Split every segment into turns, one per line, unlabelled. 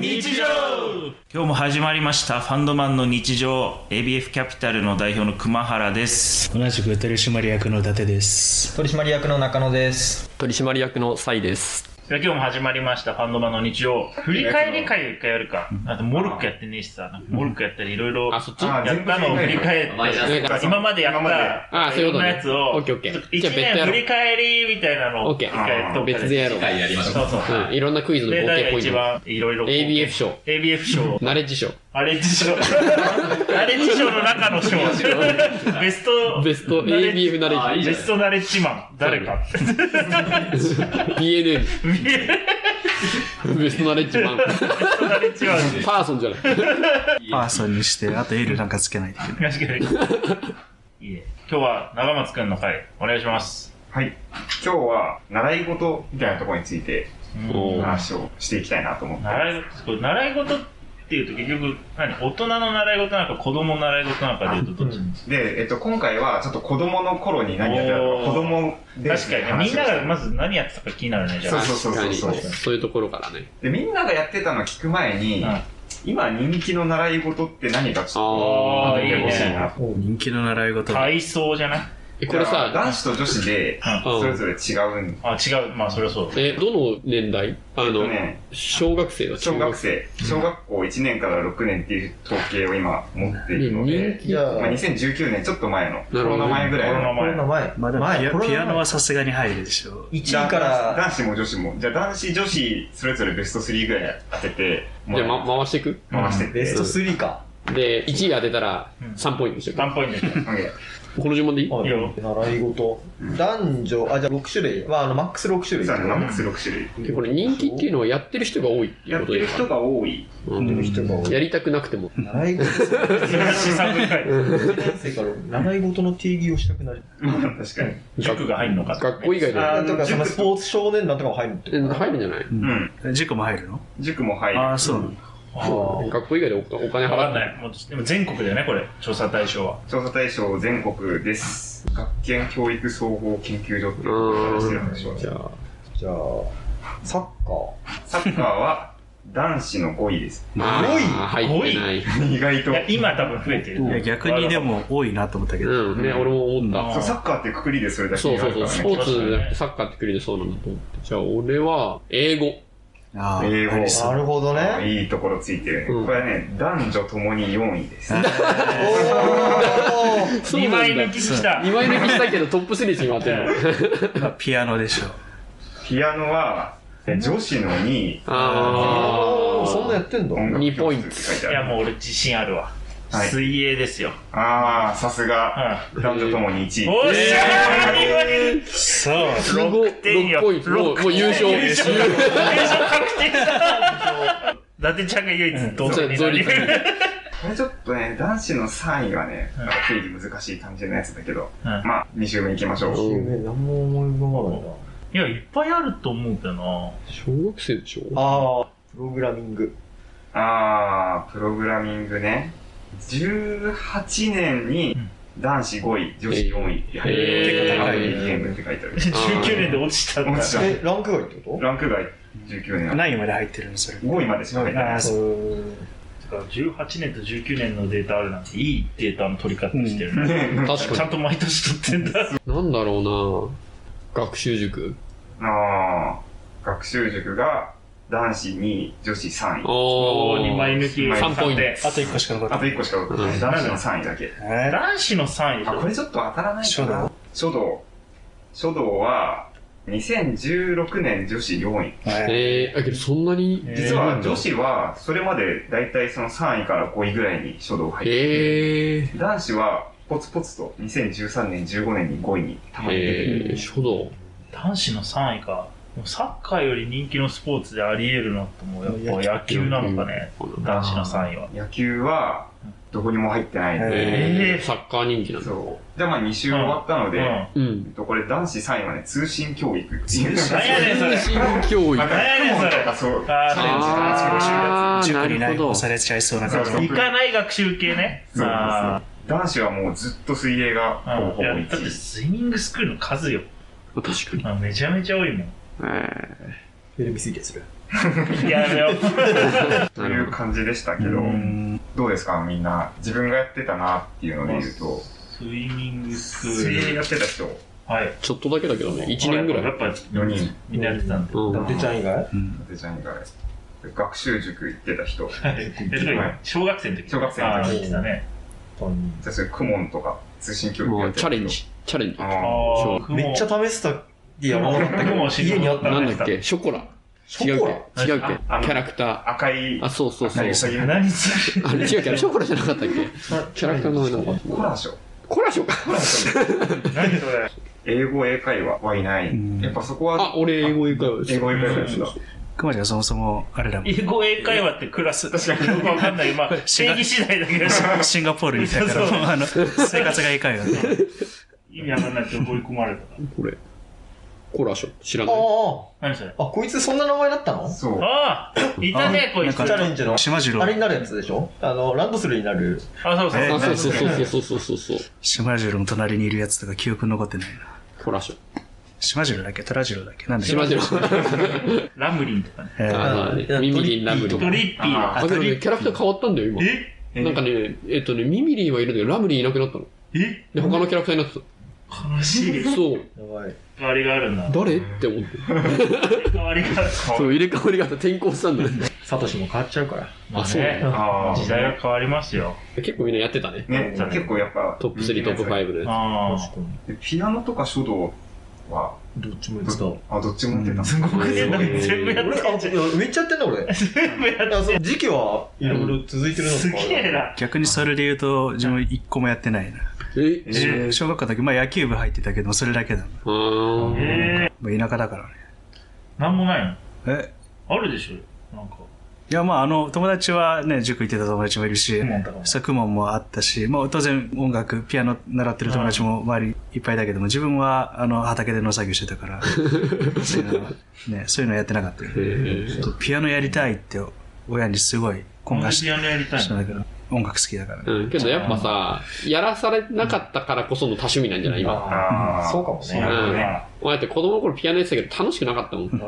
日常今日も始まりましたファンドマンの日常 ABF キャピタルの代表の熊原です
同じく取締役の伊達です
取締役の中野です
取締役のサイです
今日も始まりましたファンドマンの日常振り返り会を一回やるかあとモルックやってねえしさモルックやったりいろいろや
あ
っ
そっち
あ
たのを振り返
あじゃあ
って今までやった
あそういうことね
やつを
オッケーオッケーじゃ
1
あ別で
年
やろ
振
う
り返りみたいなのを
オッケ
一
ー
回撮ったり
別でやろう
次、回やりましょ
そう
う。
そう
うん、いろんなクイズの
で
合
誰が
計ポイン
一
ト
番いろいろ
ABF 賞
ABF 賞
ナレッジ賞
アレンジ 賞ナレッジ賞の中の賞ベスト
ベスト
ナレッジ
ABF ナレ
あい
ッ
いじゃ
ベ
ん
ストナレッジマン誰か
ジ BNN
見えない
ベストナレッジマン
ベストナレッジマン
パーソンじゃない
パーソンにしてあとエルなんかつけないで
確かにいいね今日は長松くんの回お願いします
はい。今日は、習い事みたいなところについて
おー
話をしていきたいなと思って。
習い事習い事っていうと結局何大人の習い事なんか子供の習い事なんかでいうとどっちなんです
で、えっと、今回はちょっと子供の頃に何やってたのか、
おー
子供で
か確かにねみんながまず何やってたか気になるねじゃ
そ
あ
うそうそうそうそう
確かにそういうところからね
で、みんながやってたの聞く前に、
うん
今人気の習い事って何かちょっ
あ
あ
あ
ーいい
と
ね
欲しいなと。
人気の習い事
体操じゃない
えこれ
じゃあ
さ
男子と女子で、
うん
それぞれ違うん。
あ違うまあそれはそう
えどの年代あ
えっ
の、
とね、
小学生だ
小学生、小学校1年から6年っていう統計を今持っているの
人
で、
気
や
まあ、2019年ちょっと前の、コ
どね
ロナ前ぐ
コ
らい
ロ
の
ナ
コロ
前
ナ前
まあでもピア
前
ピアノはさすがに入るでしょう
1位から
男子も女子もじゃあ男子女子それぞれベスト3ぐらい当てても
じゃあ、
ら
ま、回していく
回してって
ベスト3か
で1位当てたら
うん
3ポイントにしてお
何ポイントだっけ
うんで
くこの順番でいい
はい
いよ
習い事男女あじゃあ6種類まああのマックス6種類
実はねマックス6種類
でこれ人気っていうのはやってる人が多いってい
や
う
っ
こ
て
とで
る
すか
人が多い
うん
人が多い
やりたくなくても
習い事
難しい三分会
1年生から習い事の定義をしたくなる
まあ確かに
塾が入んのか
学校以外で
あーとか
塾
そのスポーツ少年団とかも入るって
え入るんじゃない
うん
塾も入るの
塾も入る
ああそうなの
そうだね学校以外でおお金
わか
払
ん
って
ないもうでも全国だよねこれ調査対象は
調査対象全国です学研教育総合研究所っていうところをしてるんでしょう
じゃあ
じゃあサッカー
サッカーは男子の5位です
あー入ってない
意外と
いや今多分増えてる
いや逆にでも多いなと思ったけど
うんね俺も思った
そうサッカーってくくりでそれだけ
そうそうそう
ある
ス
から
ポ
ね
ーツじゃなくてサッカーってくれてそうなんだと思ってじゃあ俺は英語
ああ
英語
何そ
な
れ
るほどね
いいところついてるね、
うん
これはね男女ともに4位です
おー
2枚抜き
そう
した
2枚抜きしたけどトップ3に決まってるの
まあピアノでしょう
ピアノはえ女子の2位
あ
そんな
あ
やってんだ
音楽
二ポイント
教室って書
い
て
や
ある
もう俺自信あるわ、
はい
水泳ですよ、
ああさすが男女ともに1位、
おっしゃー、
そう
すごい
6点よ
6ポイントもうもう優勝
優勝優勝確定した伊達ちゃんが唯一同点になり
じゃあゾ リー
これちょっとね男子の3位はねなんか定義難しい感じのやつだけど、
うん
まあ2周目いきましょう、
うん
夢何も思い浮かばないない
やいっぱいあると思うけどな
小学生でしょ
ああプログラミング
ああプログラミングね18年に男子5位女子4位って入ってる
へー
高いゲームって書いてある
19年で落ちたんだ
落ちた
えランク外ってこ
ランク外19年は
何位まで入ってるのそれ
5位までしか入ってない
ああ
と
そう
う
18年と19年のデータあるなんていいデータの取り方してるね、
確
ち
か
ゃんと毎年取ってんだ
になんだろうな学習塾
ああ、学習塾が男子2位、女子3位。
お
お
ー
2枚抜き
三ポイント
で
あと1個しか残
あ
っ
と
て
1個しか取ってない。
うん
男子の3位だけ。
ない
男子の3位
あ、これちょっと当たらないかな。書道。書道は、2016年女子4位。
ええ
えー、あけどそんなに
えー
実は女子は、それまでだいたいその3位から5位ぐらいに書道入ってて、
えー、
男子は、ポツポツと2013年、15年に5位にたまに出てる。
えー、書道
男子の3位かでもサッカーより人気のスポーツであり得るなと思うやっぱ野球なのかね男子の3位は
野球は、どこにも入ってない。
うん
え
えー
ー、サッカー人気なんだ
そう。じゃあまあ2週終わったので、
うん
えっとこれ男子3位はね、通信教育っていう。
何やねんそれ
通信教 育
なんか
何やねんそれ
なんかそう、チ
あー
ャレンジが集中
あー
塾に
な
内
るほ
包
ど
されちゃいそうな感じ
そう
行かない学習系ね
そう
あ
男子はもうずっと水泳がほぼ
あ
ほ
い
ぼ
やだって
1位。
スイミングスクールの数よ
確かに
あめちゃめちゃ多いもん
え
テレビ推薦する
やめよう。
という感じでしたけど、
うん
どうですかみんな。自分がやってたなっていうので言うと、
スイミングスク
水
ー
泳
ル。
やってた人
はい。
ちょっとだけだけどね、1年ぐら
や
い。
っぱ
4人、
みんなやってたんで。
うん。
てちゃん以外
伊達ちゃん以外。学習塾行ってた人。じ
えそれ小学生の時
小学生の時
ああ言ってたね。
ゃあそれ、顧問とか通信教育
も
や
う
って
チャ
た
レン
人。
ジ。チャレンジ。
あ
ああ、
めっちゃ試したってやばなかったけ
雲
ど
を、知る
家にあった。
なんだっけショコラ。違うけ違うけ
ああの
キャラクタ
あ赤い
ー。あ、そうそうそ
赤
う
い。ウサギみたい
何それ
あれ違うけど、ショコラじゃなかったっけキャラクターの名前なんだ。
な。コラでしょ。
コラショか。
コラでしょ。
何それ
英語英会話はいない。
うん
やっぱそこ
あ
は、
俺英語英会話です
英語英会話ですだ。
熊ちゃんそもそも、あれだもん。
英語英会話ってクラス、確かによくわかんない。ま あ、正義次第だけど、
シンガポールにいたか
そうそう
ら、あの、生活がいいかよ ね。
意味わかんないって放り込まれたから。
これ。コラショ。知ら
あ
ない。
あ
何それ
あ、あ、こいつそんな名前だったのチ
そう。
ああいたね、こいつ。
ャレンジの。
島次郎
あれになるやつでしょあの、ランドセルになる。
あ、そうそう
え
あ、
そ
そう
う。
そうそうそうそうそう。
島次郎の隣にいるやつとか記憶残ってないな。
コラショ。
島次郎だっけ虎次郎だっけなんだっけ
島次郎。
ラムリンとかね。
えー
あ
いや
ミミリンラム
ト
リン。
リッピーだ。
あ、けどね、キャラクター変わったんだよ、今。
え
なんかね、えっとね、ミミリンはいるんだけど、ラムリンいなくなったの。
え
で、他のキャラクターになって
悲しい
た。そう。
やばい。
変わりがあるんだ。
誰って思って。
変わりがある。
そう、入れ替わりがあった転校したんだね。
サトシも変わっちゃうから。
まあ
そう
ね。
ああ。
時代が変わりますよ。
結構みんなやってたね。
ね、
そうね
結構やっぱ。
トップ3、トップ
人気のや
5で。
ああ。
確かに。
つでピアノとか書道は、
どっちもやってた。
どあ、どっちもやってた。
すごくね、なんか全部や
俺、
ってん
あ、
じゃん。
いやめっちゃやってんだ俺。
全部やっ
いやその時期はいろいろ続いてるのと
す
か。
げえな。
逆にそれで言うと、自分一個もやってないな。
え
え
小小学校の時、まあ野球部入ってたけど、それだけだもん。
あー
ええ
まあ田舎だからね。
なんもないの
え
あるでしょなんか。
いや、まあ、あの、友達はね、塾行ってた友達もいるし、
モンとかも
作文もあったし、まあ、当然音楽、ピアノ習ってる友達も周りいっぱいだけども、自分は、あの、畑で農作業してた から、そういうのね、そういうのやってなかったよ
へー
ちょっとピアノやりたいって、親にすごい懇
同
願し
じ
て
やりたい
た
の
んだけど、音楽好きだからね。
うん、けどやっぱさ、やらされなかったからこその多趣味なんじゃない今。
あ
あ
ー
あ。
そうかも
そう
ね。
だね。
俺だって子供の頃ピアノやってたけど楽しくなかったもん。
うん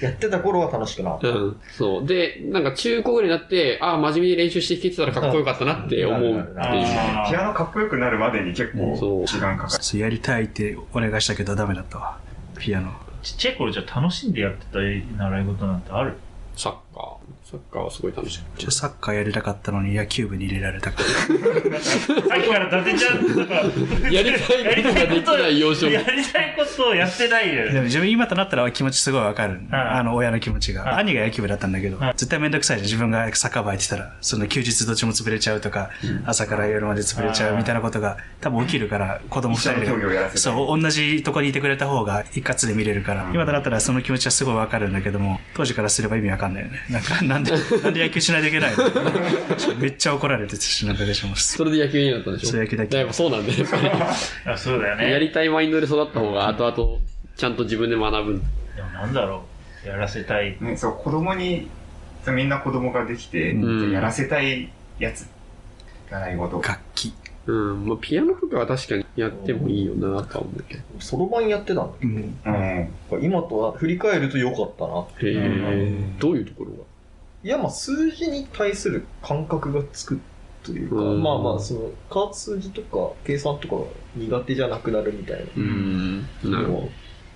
やってた頃は楽しくな。
うん。そう。で、なんか中高ぐらいになって、ああ、真面目に練習して弾けてたらかっこよかったなって思うっていう。
あ
ピアノかっこよくなるまでに結
そう
構時間かかる。
そうやりたいってお願いしたけど、ダメだったわ。ピアノ。
ーちっちゃい頃じゃ楽しんでやってた習い事なんてある
サッカー。サッカーはすごい楽しか
ちょサッカーやりたかったのに野球部に入れられたから。
さっきから伊達ちゃんとか、
った。 やりたいことができない幼少期。
やりたいことをやってないよ
で
ね。
も自分今となったら気持ちすごいわかる。
はい
あの、親の気持ちが。
はい
兄が野球部だったんだけど、
はい
絶対めんどくさいじゃん。自分がサッカー部入ってたら、その休日どっちも潰れちゃうとか、朝から夜まで潰れちゃうみたいなことが多分起きるから、子供二
一緒
人
の競技をやらせ
で。
て。
そう、同じとこにいてくれた方が一括で見れるから、今となったらその気持ちはすごいわかるんだけども、当時からすれば意味わかんないよね。なんか、 なんで、なんで野球しないといけないの めっちゃ怒られてたし、なんかでします。
それで野球になったんでしょ
そう野球だけ
やっぱそうなんだよ。やっぱり
あそうだよ
や
ね。
りたいマインドで育った方が後々ちゃんと自分で学ぶ。
でもなんだろう。やらせたい。
ね、そう、子供に、そうみんな子供ができて、
うん
やらせたいやつ、習い事。
楽器。
うん、まあピアノとかは確かにやってもいいよなとは思うけど。
そろばんやってたんだ
うん。
うん。
けど今とは振り返ると良かったな。
へえ、どういうところが
いや、まあ数字に対する感覚がつくというか、
うん
まあまあ、その、加数字とか計算とかが苦手じゃなくなるみたい
うん、
な
なる
のは
ほ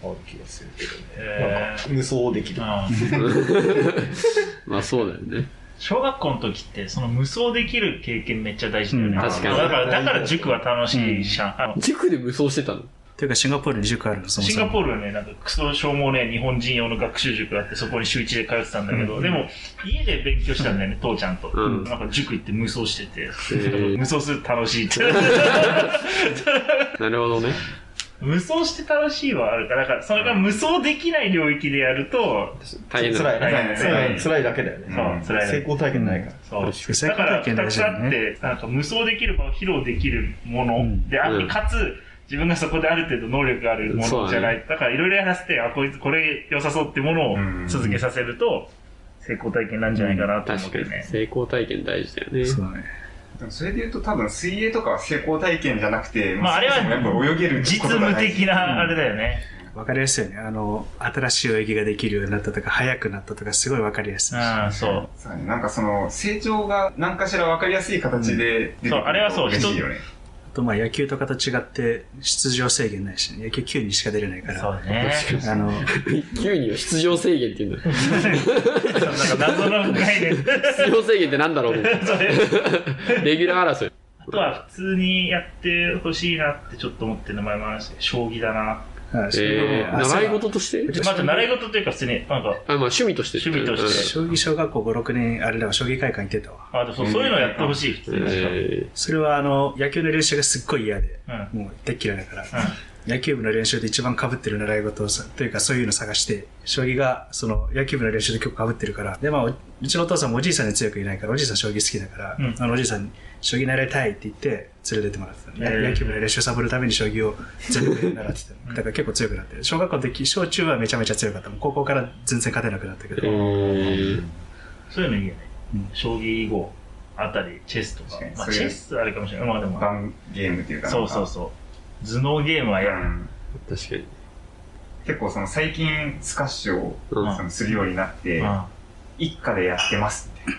ある気がするけどね。
え
無双できる。
ーうん
ど。 まあそうだよね。
小学校の時って、その無双できる経験めっちゃ大事だよね。
うん
確かに
だから、だから塾は楽しいじゃん。あの
塾で無双してたの
というか、シンガポールに塾あるの、そも
シン
そ
ガ
も。
ポールはね、なんかクソしょうもね、日本人用の学習塾があって、そこに週一で通ってたんだけど、でも、家で勉強したんだよね、父ちゃんと。
うん
なんか塾行って無双してて、
ー
無双すると楽しいって。
なるほどね。
無双して楽しいはあるから、だから、それが無双できない領域でやると、
大変だ。
辛い
大変
ね。
だ
辛い
ね
辛いだけだよね。
そう
うん
辛い
成
ね。
功体験ないから。
そう。
成
だ
功
から、
体
二
験大事
つあっ
だよね。
て、なんか無双できる場を披露できるも
う
の
ん
であって、
うん
かつ、自分がそこである程度能力があるものじゃない。だから、いろいろやらせて、あ、こいつこれ良さそうってものを
うん
続けさせると、成功体験なんじゃないかなと思っ
確か
て
に。
ね。
成功体験大事だよね。
そうだね。
でもそれで言うと多分水泳とかは成功体験じゃなくて、
まああれは
そもそもやっぱ泳げる
実
ことが
務
大事
的なあれだよね。
わかりやすいよね。あの、新しい泳ぎができるようになったとか、速くなったとか、すごいわかりやすいし。
ああ、そう。
そうだね。なんかその、成長が何かしら分かりやすい形で出てくると
そうあれはそう
嬉しいよね。
あと、まあ、野球とかと違って、出場制限ないし、ね、野球9人しか出れないから。
そうね。
あの、
急に出場制限って言うんだよ。
なんか謎の概念。
出場制限ってなんだろう
それ
レギュラー争い。
あとは普通にやってほしいなってちょっと思ってるの前も話して、将棋だな。
あそう
えー、
あそう
習い事として
まあ、習い事というか普通に、なんか、
あ、まあ趣味として。
趣味として
将棋小学校5、6年、あれだわ、将棋会館行ってたわ。
あでもそうそういうのやってほしい、普
うん
通に。
え
それは、あの、野球の練習がすっごい嫌で、
うん。
もう大っ嫌いだから、野球部の練習で一番被ってる習い事をさ、というかそういうの探して、将棋が、その、野球部の練習で結構被ってるから、で、まあ、おうちのお父さんもおじいさんに強くいないから、おじいさん将棋好きだから、
うん
あのおじいさんに、将棋習いたいって言って、連れてってもらってたのね、
へー
野球部の練習サボるために将棋を全部習ってたの。だから結構強くなってる。小学校の時、小中はめちゃめちゃ強かった。もう高校から全然勝てなくなったけ
ーえ
ど、
そういうのいいよね
うん。
将棋以後あたり、チェスとか
確か。に
まあ、
そういう
チェスあれかもしれない。まあでも、
番ゲームっていうかなん
そう
か
そうそう。頭脳ゲームは
う
やる。
ん
ー確かに。
結構その最近スカッシュを
うん
そのするようになって、
あ
一家でやってますみたい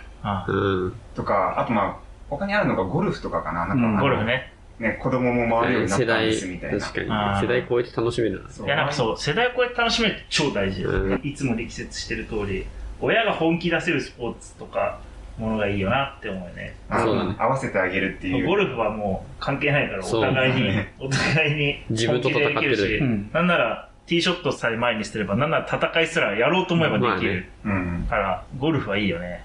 あ
な
うん。
とか、あとまあ、他にあるのがゴルフとかかな。なんか、
うん
ゴルフ。ね。
ね、子供も回るようになったんですみたいな。
確かに。
あー
世代超えて楽しめるな。
そう
いや、なんかそう、世代を超えて楽しめるって超大事だよ
うん
いつも力説してる通り、親が本気出せるスポーツとか、ものがいいよなって思うよね。
あ
そうだね
合わせてあげるっていう。
ゴルフはもう関係ないから、
そう
お互いに
ね、
お互いに、
自分と戦ってる
本気ででき
う
し、
ん。
なんなら、ティーショットさえ前にすれば、なんなら戦いすらやろうと思えばできる
うん。
から、ゴルフはいいよね。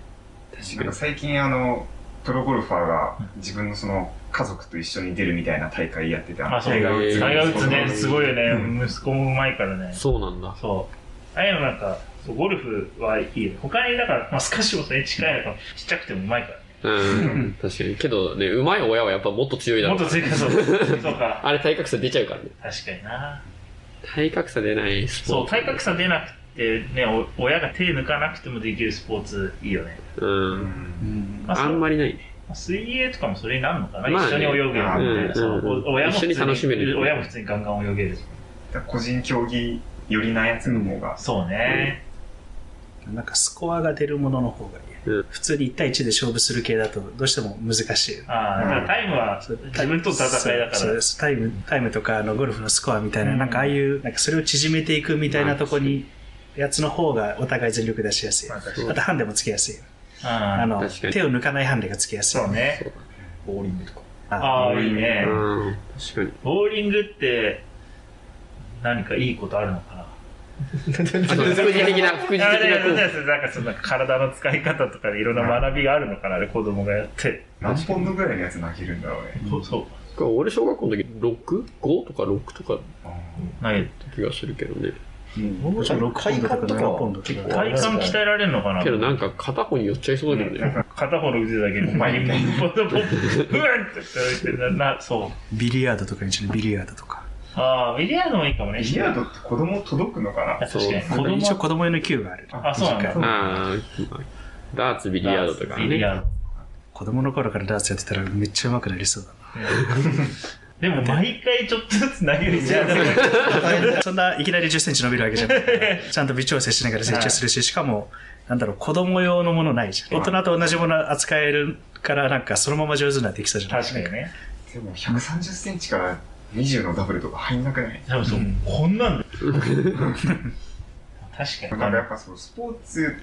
なん
確
か
か
最近あの、プロゴルファーが自分のその家族と一緒に出るみたいな大会やってた。
あ、そう、
タイ
タイ
ガ
ガ
ーウッズ
ー・ウッズね、すごいよ
う
ね。息子もうまいからね
に。。そうなんだ。
そう。ああいうのなんか、そうゴルフはいいよ。他に、だから、まあ、スカッシュもそれに近いのかも、ちっちゃくてもうまいからね。
うん。確かに。けどね、うまい親はやっぱもっと強いだろ
も
う
っ
か
と
ら。
追加そう。 そうか。
あれ体格差出ちゃうからね。
確かにな。
体格差出ないス
そ
ポー
う、
ツ。
体格差出なくて、ね、お親が手抜かなくてもできるスポーツいいよね。
う。
うんん
うん
まあ、
あんまりないね。
まあ水泳とかもそれになるのかな、
まあね
一緒に泳げるみたい
うん
うん
な、そうお親も普通
一緒に楽しめる
親も普通にガンガン泳げるし
だから個人競技寄りなやつの方が。
そうね、
なんかスコアが出るものの方がいい、
うん
普通に1対1で勝負する系だとどうしても難しいよね
ああだからタイムは
そう
自分との戦いだか
そう
ら
ですタイムタイムとかあのゴルフのスコアみたいな、
うん
なんかああいうなんかそれを縮めていくみたいなとこにやつの方がお互い全力出しやすい、
まあ
そう
あとハンデもつけやすいよ
あ
あ
あ
の
確かに
手を抜かないハンデがつけやすい
そうね
ボーリングとか。
ああいいね
うん。確かに。
ボーリングって何かいいことあるのかな
あと、副次的な、副次
あ
的
れ
なこう
なんかその体の使い方とかでいろんな学びがあるのかな、あれ子供がやって、
何ポンドぐらいのやつ投げるんだろうね。
そうそう
か俺小学校の時 6?5 とか6とかだ
投げて
った気がするけどね。
も
もちろん6ポンドとか7ポンドとか
体幹鍛えられるのかな
けどなんか片方に寄っちゃいそうだけどね。
片方の腕だけに
前に
ポンポンポンポンふわんってやってななそう
ビリヤードとか一緒にビリヤードとか
ああ、ビリヤードもいいかもね。
ビリヤードって子供届くのかな
確かに。子供
一応子供用の球がある
あそうなんだ
短い
うん
ああ、ダーツ、ビリヤードとか
ビリ
ね。
ヤード
子供の頃からダーツやってたらめっちゃ上手くなりそうだ
でも、毎回ちょっとずつ投げるじゃん。確
な そんないきなり1 0ンチ伸びるわけじゃ ないちゃんと微調整しながら成長するししかもなんだろう子供用のものないじゃん大人と同じもの扱えるからなんかそのまま上手になっていきそうじゃない
かにね。
でも130センチから20のダブルとか入んなくない
多分そう、
うん
こんなんで。確かに
なんかやっ。ぱそう、スポーツ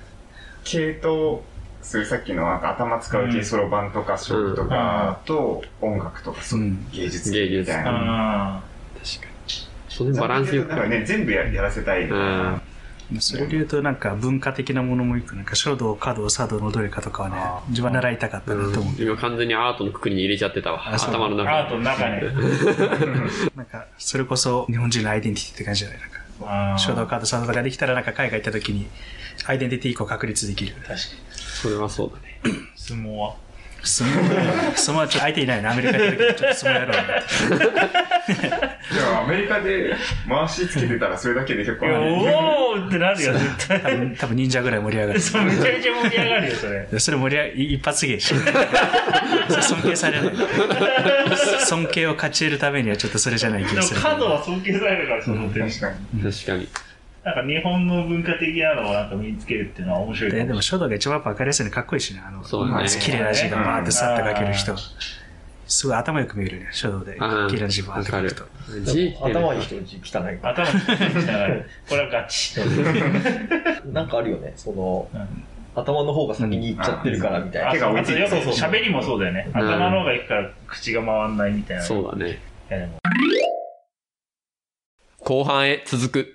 系と、そういうさっきのなんか頭使う
う
系、
ん
そろばんとか将棋とかと音楽とかそううん芸術系みたいな。
あ
確かに。その辺バランスよく
なん。かね、全部ややらせたいみたいな。
まあそれで言うとなんか文化的なものもいくなんか書道華道茶道のどれかとかはね自分は習いたかったなと思う、
今完全にアートのくくりに入れちゃってたわ。
あそう
頭の
あ。アー
中
トの中に。
なんかそれこそ日本人のアイデンティティって感じじゃないなんか
あー
書道カードサンドとかできたらなんか海外行った時にアイデンティティ1個確立できる
確かに。
それはそうだね。
相撲は。
相撲相撲はちょっと相手いないのアメリカ行った時にちょっと相撲やろうなっ
で
て
もアメリカで回しつけてたらそれだけで結構ある。
おーってなるよ、絶
多
対。
分、多分忍者ぐらい盛り上がる。
そう、めちゃめちゃ盛り上がるよ、それ。
それ盛り上がい一発芸し。 尊敬されない。尊敬を勝ち得るためにはちょっとそれじゃない気
で
が
も
する。
角は尊敬されるから、その点。
確かに。
確かに。
なんか日本の文化的なのをなんか身につけるっていうのは面白いか
で
も
で
し
も書道が一番やっぱ分かりやすいのかっこいいしね。あの、
そうだね
綺麗な字がバーってさって書ける人。すごい頭よく見えるね、書道で。綺
あー
麗な字バーって書くと。
字って
頭いい人の字汚い
れな
か
い頭にしながら、これはガチ。
ら。なんかあるよね、その
うん、
頭の方が先に行っちゃってるからみたいな。
あ
手が追いついて
そうあとよく喋りもそうだよね。
うん
頭の方がいくから口が回んないみたいな。
そうだね。
いやでも
後半へ続く。